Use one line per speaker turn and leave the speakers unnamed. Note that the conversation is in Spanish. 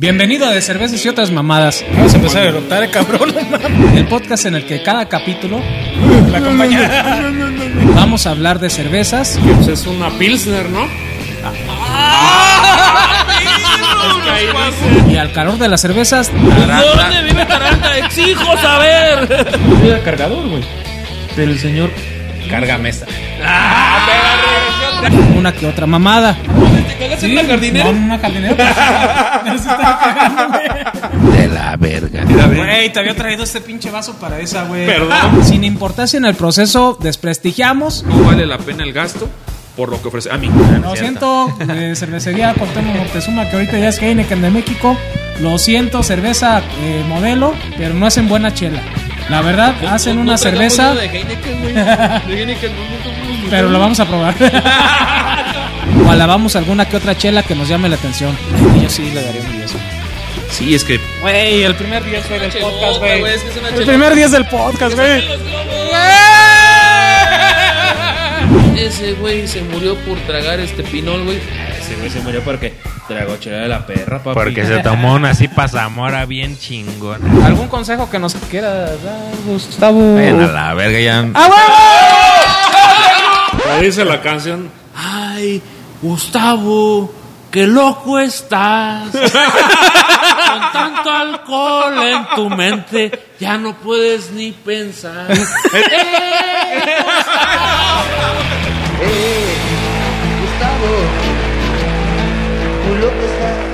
Bienvenido a De Cervezas y otras mamadas.
Vamos a empezar a eructar, cabrón.
El podcast en el que cada capítulo
La compañera.
vamos a hablar de cervezas.
Pues es una Pilsner, ¿no?
Y al calor de las cervezas,
¿Dónde vive Taranta? Exijo saber.
Mira, cargador, güey.
Pero el señor.
Carga mesa.
una que otra mamada.
¿Te cagaste en la jardinera?
una jardinera. Pero se está cagando,
De la verga.
güey. Güey, te había traído este pinche vaso para esa, güey.
Perdón.
Sin importancia en el proceso, desprestigiamos.
No vale la pena el gasto por lo que ofrece. A mí.
Lo siento, eh, cervecería Cuauhtémoc Moctezuma, que ahorita ya es Heineken de México. Lo siento, cerveza eh, modelo, pero no hacen buena chela. La verdad, hacen una cerveza,
De Heineken, güey. De Heineken, no,
pero la vamos a probar. o alabamos alguna que otra chela que nos llame la atención. Yo sí le daría un 10.
Sí, es que
Güey, el primer día fue del podcast, güey.
Es que es una
El primer 10 del podcast, güey. ¡Eh!
Ese güey se murió por tragar este pinol, güey.
Ese güey se murió porque tragó chela de la perra, papi.
porque se tomó una así pasamora bien chingona.
¿Algún consejo que nos quiera dar, Gustavo?
Vayan a la verga ya.
¡A huevo!
Ahí dice la canción.
Ay, Gustavo, qué loco estás. Con tanto alcohol en tu mente, ya no puedes ni pensar.
Gustavo, tu loco está.